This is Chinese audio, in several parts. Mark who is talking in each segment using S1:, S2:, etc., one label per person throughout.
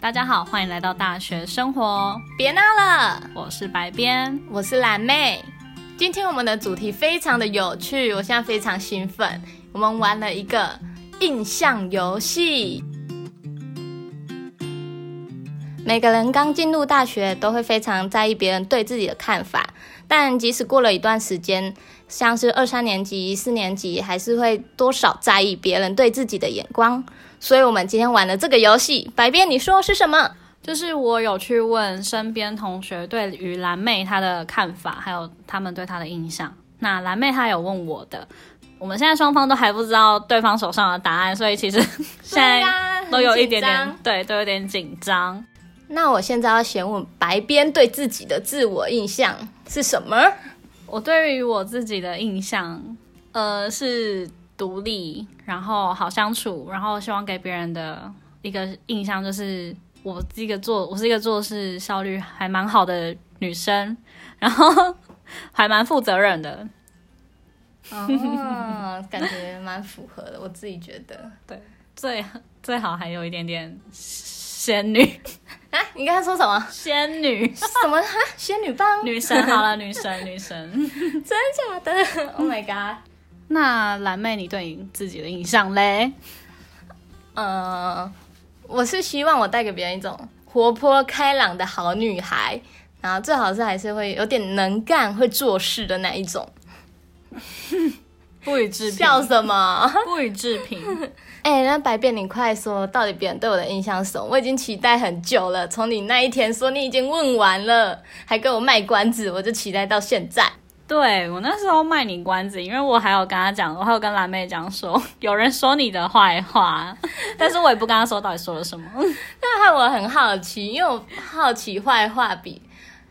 S1: 大家好，欢迎来到大学生活，
S2: 别闹了，
S1: 我是白边。
S2: 我是蓝妹。今天我们的主题非常的有趣，我现在非常兴奋。我们玩了一个印象游戏。每个人刚进入大学都会非常在意别人对自己的看法，但即使过了一段时间，像是二三年级、四年级，还是会多少在意别人对自己的眼光。所以，我们今天玩的这个游戏，白边，你说是什么？
S1: 就是我有去问身边同学对于蓝妹她的看法，还有他们对她的印象。那蓝妹她有问我的，我们现在双方都还不知道对方手上的答案，所以其实现在
S2: 呀
S1: 都有一点点，对，都有点紧张。
S2: 那我现在要先问白边对自己的自我印象是什么？
S1: 我对于我自己的印象，呃，是独立，然后好相处，然后希望给别人的一个印象就是，我是一个做我是一个做事效率还蛮好的女生，然后 还蛮负责任的。
S2: 哦，感觉蛮符合的，我自己觉得。
S1: 最最好还有一点点仙女，？
S2: 啊，你刚才说什么
S1: 仙女
S2: 什么？哈，仙女棒？
S1: 女神，好了，女神女神。
S2: 真假的？Oh my god！
S1: 那蓝妹，你对你自己的印象嘞？
S2: 呃，我是希望我带给别人一种活泼开朗的好女孩，然后最好是还是会有点能干、会做事的那一种。
S1: 不予置评，
S2: 笑什么？
S1: 不予置评。
S2: 哎、那白变，你快说，到底别人对我的印象是什么？我已经期待很久了，从你那一天说你已经问完了，还给我卖关子，我就期待到现在。
S1: 对我那时候卖你关子，因为我还有跟他讲，我还有跟蓝妹讲说， 有人说你的坏话，但是我也不跟他说到底说了什么。
S2: 那害我很好奇，因为我好奇坏话比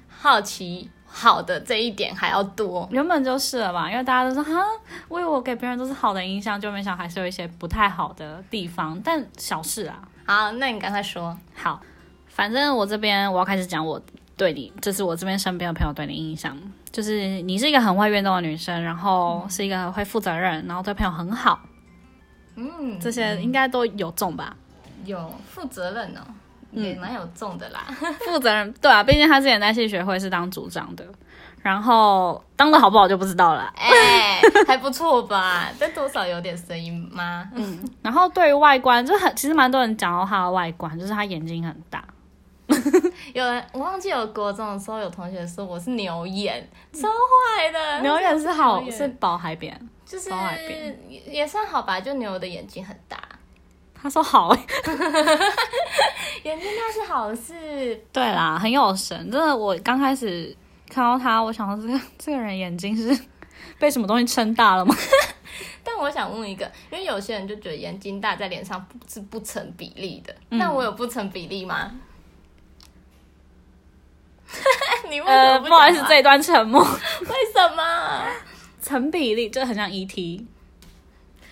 S2: 好奇好的这一点还要多。
S1: 原本就是了吧，因为大家都说哈，我以为我给别人都是好的印象，就没想到还是有一些不太好的地方，但小事啊。
S2: 好，那你赶快说。
S1: 好，反正我这边我要开始讲我对你，这是我这边身边的朋友对你印象，就是你是一个很会运动的女生，然后是一个会负责任，然后对朋友很好，
S2: 嗯，
S1: 这些应该都有中吧。
S2: 有负责任哦，也蛮有重的啦。
S1: 负责任，对啊，毕竟他之前在戏学会是当组长的，然后当的好不好就不知道了啦。
S2: 哎、还不错吧？但多少有点声音吗？
S1: 然后对于外观，就很其实蛮多人讲到他的外观，就是他眼睛很大，
S2: 有人我忘记有国中的时候，有同学说我是牛眼，超坏的。
S1: 嗯牛眼是好
S2: 牛眼
S1: 是薄海边，
S2: 就是
S1: 包海边
S2: 也也算好吧，就牛的眼睛很大，
S1: 他说好、 欸，
S2: 眼睛大是好事。
S1: 对啦，很有神。真的，我刚开始看到他，我想到这个这个人眼睛是被什么东西撑大了吗？
S2: 但我想问一个，因为有些人就觉得眼睛大在脸上不是不成比例的，
S1: 嗯
S2: 那我有不成比例吗？ 你为什
S1: 呃，
S2: 么
S1: 不
S2: 讲
S1: 好意思
S2: 话，
S1: 这一段沉默。
S2: 为什么？
S1: 成比例就很像 E ET。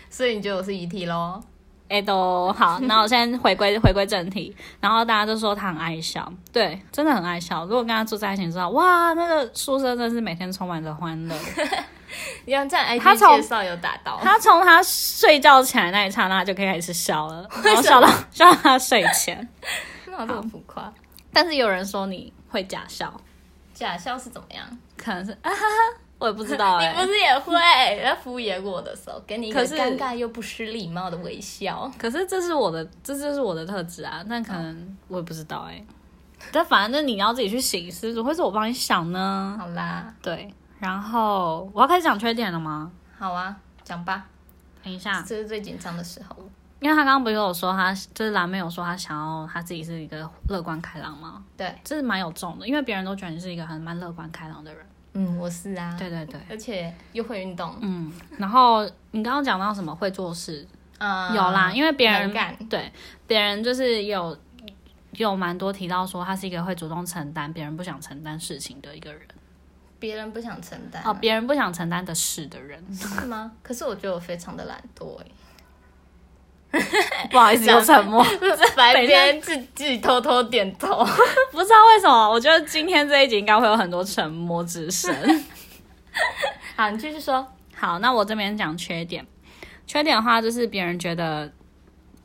S2: 所以你觉得我是遗体喽？
S1: 哎、都 好，那我现在回归回归正题，然后大家都说他很爱笑，对，真的很爱笑。如果跟他住在一起，你知道哇，那个宿舍真的是每天充满着欢 乐。
S2: 你看这样
S1: 他
S2: IG
S1: 从
S2: 介绍有打到，
S1: 他从他睡觉起来那一刹那就可以开始笑 了，然后
S2: 为什
S1: 笑
S2: 么
S1: 到笑到他睡前。
S2: 真的有这么浮夸？
S1: 但是有人说你会假笑，
S2: 假笑是怎么样？
S1: 可能是啊哈哈，我也不知 道哎、
S2: 你不是也会在敷衍我的时候，给你一个
S1: 可是
S2: 尴尬又不失礼貌的微笑？
S1: 可是这是我的，这就是我的特质啊。但可能我也不知道哎、 但反正你要自己去醒思，怎么会是我帮你想呢？
S2: 好啦，
S1: 对，然后我要开始讲缺点了吗？
S2: 好啊，讲吧，
S1: 等一下，
S2: 这是最紧张的时候。
S1: 因为他刚刚不是有说他就是蓝妹有说他想要他自己是一个乐观开朗吗？
S2: 对，
S1: 这是蛮有重的，因为别人都觉得你是一个很蛮乐观开朗的人。
S2: 嗯，我是啊，
S1: 对对对，
S2: 而且又会运动，
S1: 嗯。然后你刚刚讲到什么会做事，
S2: 嗯，
S1: 有啦，因为别人
S2: 能干
S1: 对别人就是有有蛮多提到说他是一个会主动承担别人不想承担事情的一个人
S2: 别人不想承担
S1: 哦，别人不想承担的事的 人。
S2: 是吗？可是我觉得我非常的懒惰 欸，
S1: 不好意思，又沉默。
S2: 白边自自己偷偷点头，
S1: 不知道为什么，我觉得今天这一集应该会有很多沉默之 声。
S2: 好，你继续说，
S1: 好，那我这边讲缺点。缺点的话，就是别人觉得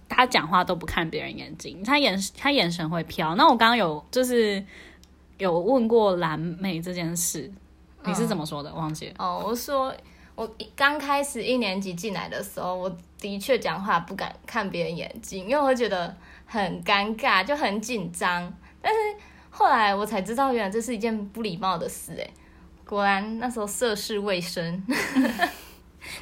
S1: 他讲话都不看别人眼睛，他眼他眼神会飘。那我刚刚有就是有问过蓝莓这件事，你是怎么说的？忘记了。
S2: 哦，我说我一刚开始一年级进来的时候，我的确讲话不敢看别人眼睛，因为我会觉得很尴尬，就很紧张。但是后来我才知道，原来这是一件不礼貌的事、欸。哎，果然那时候涉世 未深。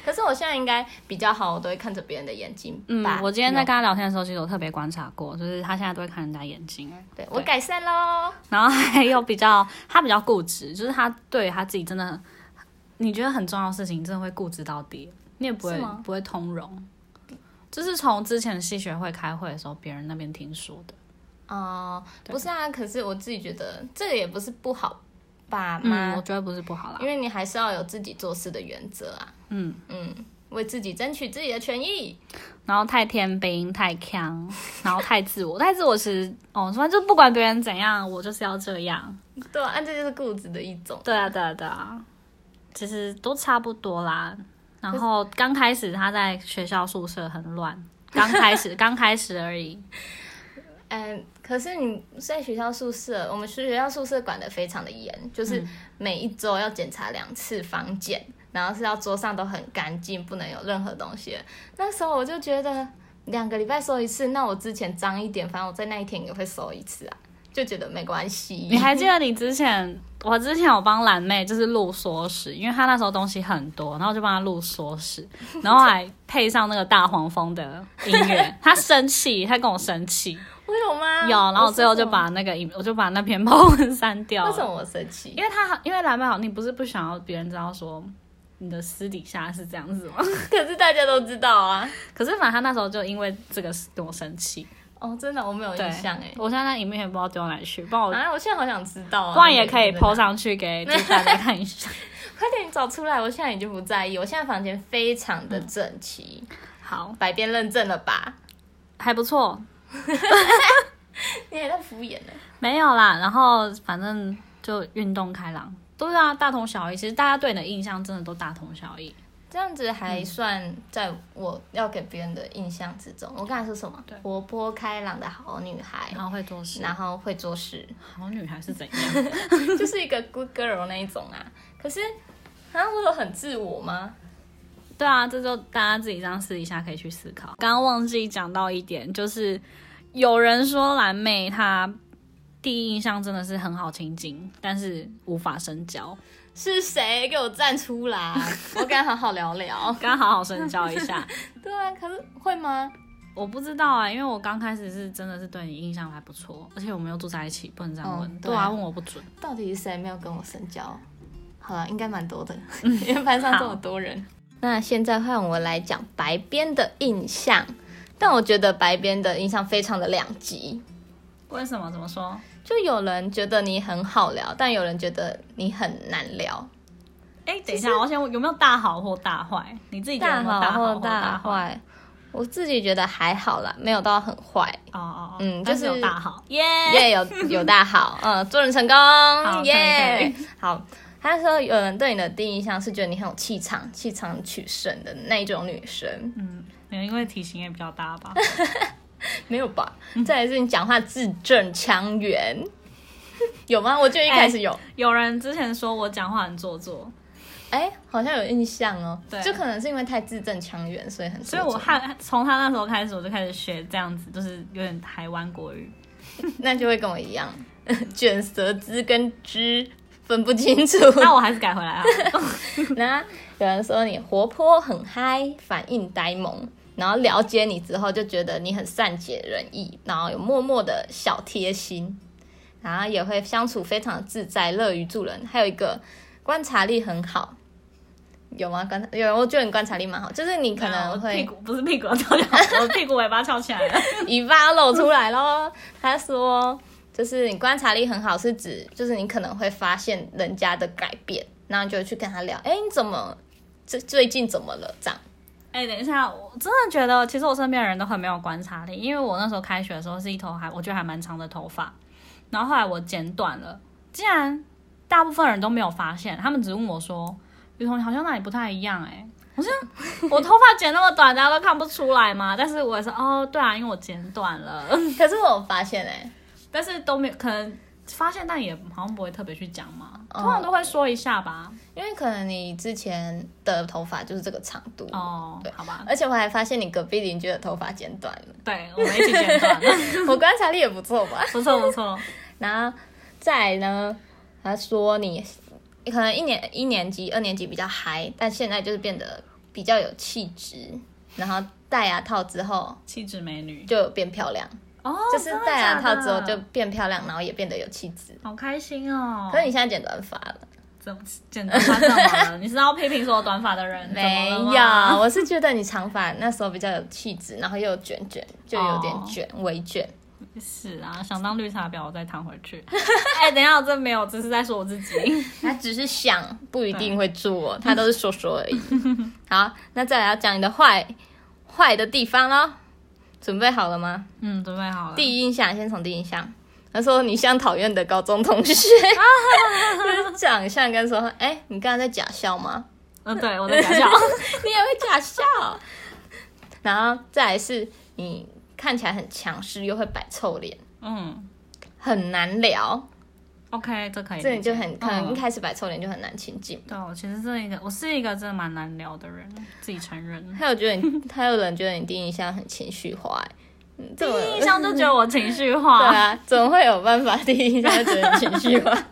S2: 可是我现在应该比较好，我都会看着别人的眼睛吧。
S1: 嗯，我今天在跟他聊天的时候，其实我特别观察过，就是他现在都会看人家眼睛，
S2: 对我改善喽。
S1: 然后还有比较，他比较固执，就是他对他自己真的，你觉得很重要的事情，真的会固执到底，你也不会
S2: 是吗
S1: 不会通融。这是从之前系学会开会的时候，别人那边听说的。
S2: 哦、不是啊，可是我自己觉得这个也不是不好吧妈，
S1: 嗯，我觉得不是不好啦
S2: 因。为你还是要有自己做事的原则啊。
S1: 嗯
S2: 嗯，为自己争取自己的权益。
S1: 然后太天兵、太强，然后太自我、太自我，其实哦，反正就不管别人怎样，我就是要这样。
S2: 对啊，这就是固执的一种。
S1: 对啊，对啊，对啊，其实都差不多啦。然后刚开始他在学校宿舍很乱，刚开始刚开始而已。
S2: 嗯，可是你在学校宿舍，我们学校宿舍管得非常的严，就是每一周要检查两次房间，然后是要桌上都很干净，不能有任何东西。那时候我就觉得两个礼拜收一次，那我之前脏一点，反正我在那一天也会收一次啊，就觉得没 关系。
S1: 你还记得你之前，我之前有帮蓝妹就是录缩时，因为她那时候东西很多，然后我就帮她录缩时，然后还配上那个大黄蜂的音乐，她生气，她跟我生气，
S2: 我有吗？
S1: 有，然后我
S2: 我
S1: 最后就把那个影，我就把那篇 po 文删掉了。
S2: 为什么我生气？
S1: 因为他因为蓝妹好，你不是不想要别人知道说你的私底下是这样子吗？
S2: 可是大家都知道啊。
S1: 可是反正他那时候就因为这个事跟我生气，
S2: 哦，真的我没有
S1: 对
S2: 印象哎，。
S1: 我现在那影片也不知道丢到哪里去，不然我、
S2: 啊，我现在好想知道啊。
S1: 不然也可以
S2: 对
S1: PO 上去给 就是大家看一下。
S2: 快点找出来，我现在已经不在意，我现在房间非常的整齐，
S1: 好，
S2: 百变认证了吧？
S1: 还不错，
S2: 你也在敷衍呢、
S1: 没有啦。然后反正就运动开朗，都是啊，大同小异。其实大家对你的印象真的都大同小异。
S2: 这样子还算在我要给别人的印象之中。我刚才说什么？活泼开朗的好女孩，
S1: 然后会做事，
S2: 然后会做事，
S1: 好女孩是怎样？
S2: 就是一个 good girl 那一种啊。可是啊，我有很自我吗？
S1: 对啊，这就大家自己这样私底下可以去思考。刚刚忘记讲到一点，就是有人说蓝妹她第一印象真的是很好亲近，但是无法深交。
S2: 是谁给我站出来？我跟他好好聊聊。
S1: 刚刚好好深交一下，
S2: 对啊，可是会吗？
S1: 我不知道啊、因为我刚开始是真的是对你印象还不错，而且我们又住在一起，不能这样问。
S2: 嗯
S1: 对
S2: 对
S1: 啊，
S2: 啊
S1: 问我不准。
S2: 到底是谁没有跟我深交？好了，应该蛮多的， 因为班上这么多人。嗯那现在换我来讲白边的印象，但我觉得白边的印象非常的两极，
S1: 为什么？怎么说？
S2: 就有人觉得你很好聊，但有人觉得你很难聊，
S1: 哎，等一下，我想有没有大好或大坏？你自己觉得有没有大好
S2: 好
S1: 或
S2: 或
S1: 大
S2: 大
S1: 坏？
S2: 坏。我自己觉得还好啦，没有到很坏，
S1: 哦哦哦，
S2: 嗯
S1: 但
S2: 就是
S1: 有大好，耶、
S2: 耶、有有大好，嗯，做人成功
S1: 好，
S2: 耶、
S1: 可以
S2: 好，他说有人对你的第一印象是觉得你很有气场，气场取胜的那一种女生，
S1: 嗯，因为体型也比较大吧。
S2: 没有吧？
S1: 嗯
S2: 再来是你讲话字正腔圆， 有吗？我就一开始有，
S1: 有人之前说我讲话很做 作，
S2: 哎、好像有印象哦。
S1: 对
S2: 就可能是因为太字正腔圆，所以很
S1: 所以
S2: 做
S1: 我
S2: 作
S1: 汉从他那时候开始，我就开始学这样子，就是有点台湾国语。
S2: 那就会跟我一样， 卷舌之跟之分 不清楚。
S1: 那我还是改回来啊。
S2: 那有人说你活泼很嗨，反应呆萌，然后了解你之后就觉得你很善解人意，然后有默默的小贴心，然后也会相处非常自在，乐于助人。还有一个观察力很好，有吗？观察有，我觉得你观察力蛮好，就是你可能
S1: 我屁
S2: 会
S1: 股不是屁股翘掉，我屁股尾巴翘起来了。
S2: 尾巴露出来咯。他说，就是你观察力很好，是指就是你可能会发现人家的改变，然后你就去跟他聊，哎，你怎么最最近怎么了？这样。
S1: 哎、等一下，我真的觉得，其实我身边的人都很没有观察力，因为我那时候开学的时候是一头还我觉得还蛮长的头发，然后后来我剪短了，竟然大部分人都没有发现，他们只问我说：“雨桐，你好像哪里不太一样、欸？”哎，我头发剪那么短，大家都看不出来嘛。但是我也是哦，对啊，因为我剪短了，
S2: 可是我有发现哎、
S1: 但是都没有可能发现，但也好像不会特别去讲嘛，通常都会说一下吧。
S2: 因为可能你之前的头发就是这个长度，
S1: 哦
S2: 对，
S1: 好吧，
S2: 而且我还发现你隔壁邻居的头发剪短了，
S1: 对，我们一起剪短了，
S2: 我观察力也不错吧。
S1: 不错不错。
S2: 然后再来呢，他说你可能一年一年级、二年级比较嗨，但现在就是变得比较有气质，然后戴牙套之后
S1: 气质美女
S2: 就变漂亮，
S1: 哦，
S2: 就是戴牙套之后
S1: 真的
S2: 就
S1: 假的
S2: 变漂亮，然后也变得有气质。
S1: 好开心哦。
S2: 可是你现在剪短发了，
S1: 怎么剪短发干嘛 了？你是要批评所有短发的人？
S2: 没
S1: 怎么了
S2: 有，
S1: 吗
S2: 我是觉得你长发那时候比较有气质，然后又有卷卷，就有点
S1: 哦
S2: 卷、微卷。
S1: 是啊，想当绿茶婊，我再躺回去。 哎、等一下，我真没有，只是在说我自己。
S2: 他只是想，不一定会做，他都是说 说而已。好，那再来要讲你的坏坏的地方喽，准备好了吗？
S1: 嗯，准备好了。
S2: 第一印象，先从第一印象。他说你像讨厌的高中同学， 就是长相跟说，哎、你刚刚在假笑吗？
S1: 嗯，对， 我在假笑。
S2: 你也会假笑。然后再来是你看起来很强势，又会摆臭脸，
S1: 嗯
S2: 很难聊，
S1: ，OK，这可以理解。
S2: 这你就很可能一
S1: 嗯
S2: 开始摆臭脸就很难亲近。
S1: 对，我其实是一个，我是一个真的蛮难聊的人，自己承认。
S2: 还有觉得你， 还有人觉得你第一印象很情绪化、欸，嗯，这么
S1: 第一印象就觉得我情绪
S2: 对
S1: 化，
S2: 啊，怎么会有办法第一印象就觉得你情绪化？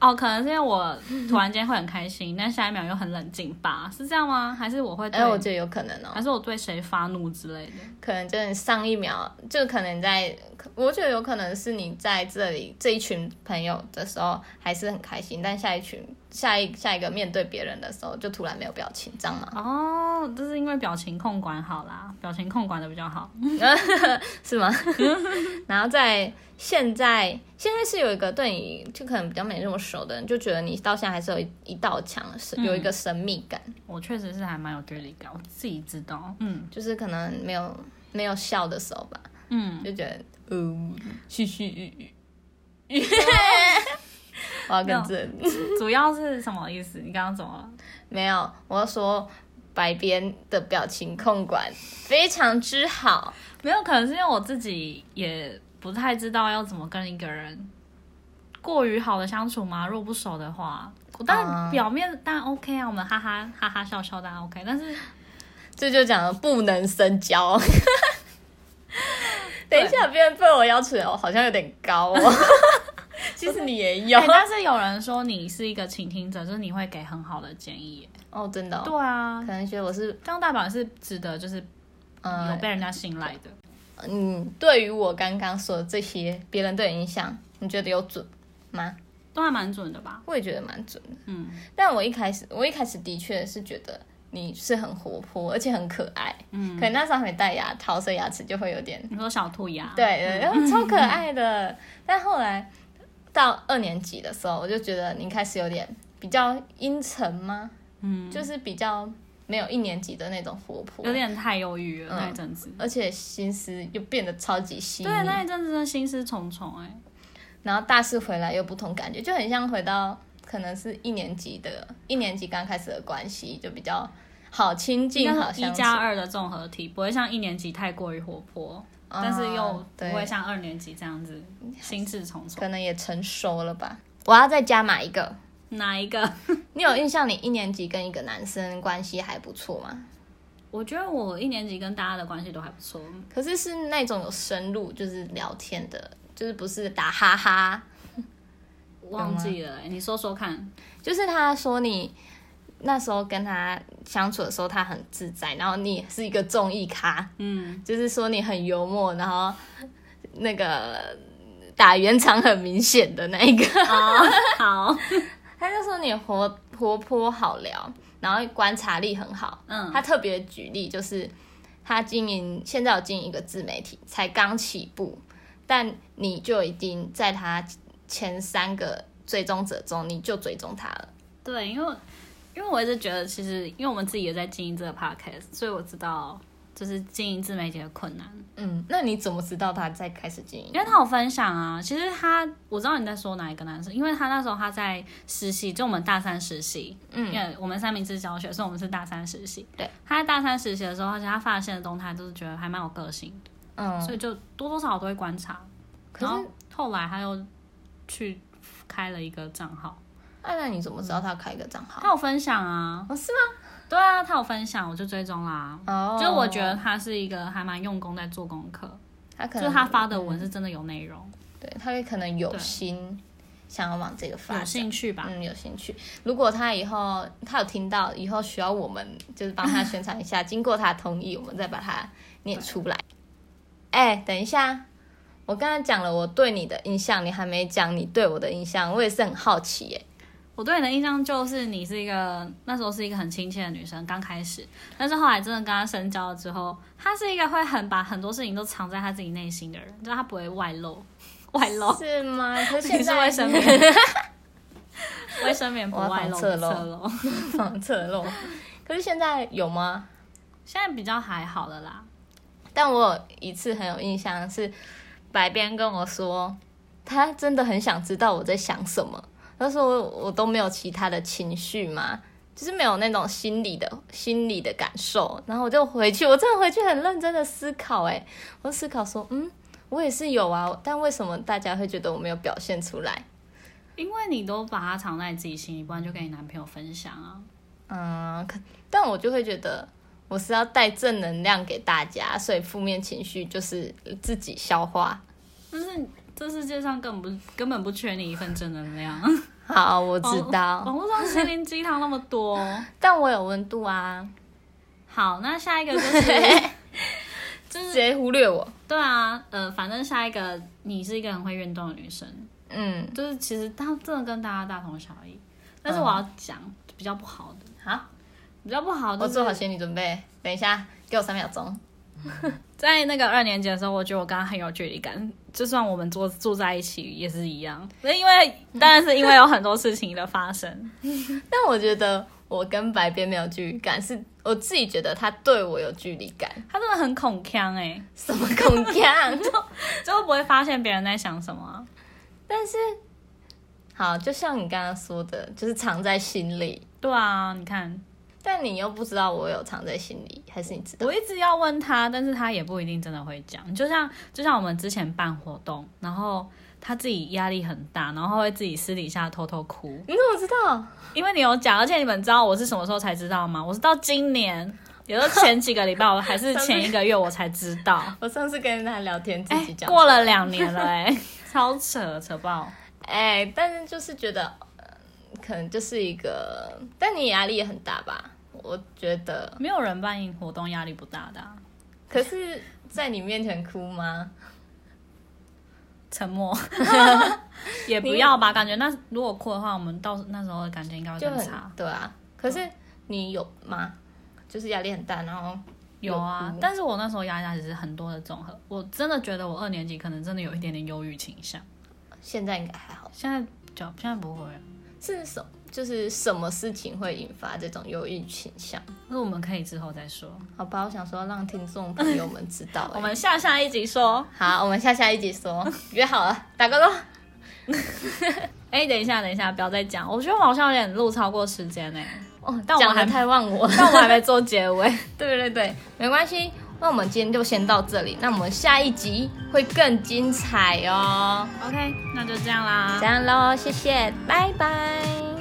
S1: 哦，可能是因为我突然间会很开心，但下一秒又很冷静吧？是这样吗？还是我会对，
S2: 哎，我觉得有可能哦、
S1: 还是我对谁发怒之类的？
S2: 可能就是上一秒就可能在，可我觉得有可能是你在这里这一群朋友的时候还是很开心，但下一群下一下一个面对别人的时候就突然没有表情，这样吗？
S1: 哦，这是因为表情控管好啦，表情控管的比较好。
S2: 是吗？然后在现在，现在是有一个对你就可能比较没那么熟的人，就觉得你到现在还是有一一道墙，是有一个神秘感，
S1: 我确实是还蛮有距离感，我自己知道。嗯
S2: 就是可能没有没有笑的时候吧，
S1: 嗯， 哦
S2: 就觉得嗯，嘘嘘吁吁， 我要跟着你，
S1: 主要是什么意思？你刚刚怎么了？
S2: 没有，我要说白边的表情控管非常之好，
S1: 没有，可能是因为我自己也不太知道要怎么跟一个人过于好的相处嘛。如果不熟的话，我当
S2: 啊
S1: 然表面、当然 OK 啊，我们哈哈哈哈笑笑当然 OK，但是
S2: 这就讲了不能深交。 等一下，别人对我要求好像有点高哦。 其实你也有
S1: 哎但是有人说你是一个倾听者，就是你会给很好的建议耶。
S2: 哦，真的、哦，
S1: 对啊
S2: 可，能觉得我是
S1: 这样代表是值得，就是有
S2: 呃
S1: 被人家信赖的。
S2: 嗯，对于我刚刚说的这些别人对你的印象，你觉得有准吗？
S1: 都还蛮准的吧？
S2: 我也觉得蛮准的。
S1: 嗯，
S2: 但我一开始，我一开始的确是觉得你是很活泼，而且很可爱。嗯，可能那时候还没戴牙套，所以牙齿就会有点
S1: 你说小兔牙，
S2: 对，对，然后超可爱的。 但后来到二年级的时候，我就觉得你开始有点比较阴沉吗？
S1: 嗯，
S2: 就是比较没有一年级的那种活泼，
S1: 有，点太忧郁了、
S2: 嗯
S1: 那一阵子。
S2: 而且心思又变得超级细腻
S1: 对，。那一阵子真的心思重重哎、
S2: 然后大四回来又不同感觉，就很像回到可能是一年级的一年级刚开始的关系，就比较好亲近，
S1: 应
S2: 好
S1: 该是一
S2: 相处
S1: 加。二的综合体，不会像一年级太过于活泼，但是又
S2: 啊
S1: 不
S2: 对
S1: 会像二年级这样子心事重重。
S2: 可能也成熟了吧。我要再加码一个，
S1: 哪一个？
S2: 你有印象你一年级跟一个男生关系还不错吗？
S1: 我觉得我一年级跟大家的关系都还不错，
S2: 可是是那种有深入，就是聊天的，就是不是打哈哈，
S1: 忘记了、欸，你说说 看。
S2: 就是他说你那时候跟他相处的时候，他很自在，然后你是一个综艺咖，
S1: 嗯，
S2: 就是说你很幽默，然后那个打圆场很明显的那一个，
S1: 哦，好，
S2: 他就说你活活泼好聊，然后观察力很好，
S1: 嗯，
S2: 他特别举例就是，他经营现在有经营一个自媒体，才刚起步，但你就已经在他前三个追踪者中，你就追踪他了。
S1: 对，因为因为我一直觉得，其实因为我们自己也在经营这个 podcast，所以我知道就是经营自媒体的困难，
S2: 嗯，那你怎么知道他在开始经营
S1: 因？为他有分享啊。其实他我知道你在说哪一个男生，因为他那时候他在实习，就我们大三实习，因
S2: 嗯，
S1: 为我们三明治教学，所以我们是大三实习。
S2: 对，
S1: 他在大三实习的时候，而且他发现的动态都是觉得还蛮有个性的，所
S2: 嗯，
S1: 以就多多少少都会观察。
S2: 可
S1: 然后
S2: 是
S1: 后来他又去开了一个账号，
S2: 安娜，啊你怎么知道他开一个账号？
S1: 他有分享啊，
S2: 哦，是吗？
S1: 对啊，他有分享，我就追踪啦。
S2: 哦，
S1: 就我觉得他是一个还蛮用功在做功课，
S2: 他可
S1: 就
S2: 能嗯
S1: 是他发的文是真的有内容、
S2: 对他可能有
S1: 对
S2: 心想要往这个发
S1: 有
S2: 展。
S1: 兴趣吧。
S2: 嗯，有兴趣。如果他以后他有听到，以后需要我们就是帮他宣传 一下，经过他同意，我们再把它念出来。哎、等一下，我刚才讲了我对你的印象，你还没讲你对我的印象，我也是很好奇耶。
S1: 我对你的印象就是你是一个那时候是一个很亲切的女生，刚开始，但是后来真的跟她深交了之后，她是一个会很把很多事情都藏在她自己内心的人，就是她不会外露，外露
S2: 是吗？可是
S1: 你
S2: 现
S1: 是
S2: 在
S1: 卫生 棉，卫生棉不
S2: 我要
S1: 外露，
S2: 防
S1: 不
S2: 侧漏
S1: 侧漏。
S2: 防侧漏，可是现在有吗？
S1: 现在比较还好了啦，
S2: 但我有一次很有印象是，白边跟我说，他真的很想知道我在想什么。他说我我都没有其他的情绪嘛，就是没有那种心理的心理的感受。然后我就回去，我真的回去很认真的思考，哎，我思考说，嗯，我也是有啊，但为什么大家会觉得我没有表现出来？
S1: 因为你都把它藏在自己心里，不然就跟你男朋友分享啊。
S2: 嗯，可但我就会觉得我是要带正能量给大家，所以负面情绪就是自己消化。
S1: 就是这世界上根本不根本不缺你一份正能量。
S2: 好，我知道。
S1: 网络上心灵鸡汤那么多。
S2: 但我有温度啊，
S1: 好，那下一个 就是，
S2: 直接忽略我。
S1: 对啊，呃，反正下一个你是一个很会运动的女生，
S2: 嗯，
S1: 就是其实她真的跟大家大同小异，但是我要讲比较不好的，
S2: 好，
S1: 比较不好
S2: 我
S1: 的、
S2: 做
S1: 就
S2: 好
S1: 是
S2: 心理准备。等一下，给我三秒钟。
S1: 在那个二年级的时候，我觉得我跟她很有距离感，就算我们住住在一起也是一样，那因为当然是因为有很多事情的发生，
S2: 但我觉得我跟白边没有距离感，是我自己觉得他对我有距离感。
S1: 她真的很恐腔哎、
S2: 什么啊恐 样？
S1: 就不会发现别人在想什么啊、
S2: 但是，好，就像你刚刚说的，就是藏在心里。
S1: 对啊，你看，
S2: 但你又不知道我有藏在心里，还是你知道？
S1: 我一直要问他，但是他也不一定真的会讲。就像就像我们之前办活动，然后他自己压力很大，然后会自己私底下偷偷哭，
S2: 你怎么知道？
S1: 因为你有讲，而且你们知道我是什么时候才知道吗？我是到今年，也就是前几个礼拜，我还是前一个月我才知道。
S2: 我上次跟他聊天，自
S1: 哎、
S2: 己讲、
S1: 过了两年了、哎，超扯扯爆。
S2: 哎、但是就是觉得，呃可能就是一个，但你压力也很大吧？我觉得，
S1: 没有人办活动压力不大的啊、
S2: 可是在你面前哭吗？
S1: 沉默，也不要吧。感觉那如果哭的话，我们到那时候的感觉应该会
S2: 就
S1: 更
S2: 很
S1: 差。
S2: 对啊。可是你有吗？就是压力很大，然后
S1: 有啊
S2: 有，
S1: 但是我那时候压力大其实很多的综合，我真的觉得我二年级可能真的有一点点忧郁倾向，
S2: 现在应该还好。
S1: 现在就现在不会了。
S2: 是什就是什么事情会引发这种忧郁倾向？
S1: 那我们可以之后再说，
S2: 好吧，我想说让听众朋友们知道、哎
S1: 我们下下一集说。
S2: 好，我们下下一集说，约好了，打勾勾。
S1: 哎、等一下，等一下，不要再讲，我觉得我好像有点录超过时 间呢、
S2: 哦，
S1: 但我
S2: 讲的
S1: 还
S2: 太忘我。
S1: 但我还没做结尾。
S2: 对对对，没关系。那我们今天就先到这里，那我们下一集会更精彩哦。
S1: OK，那就这样啦，
S2: 这样喽，谢谢，拜拜。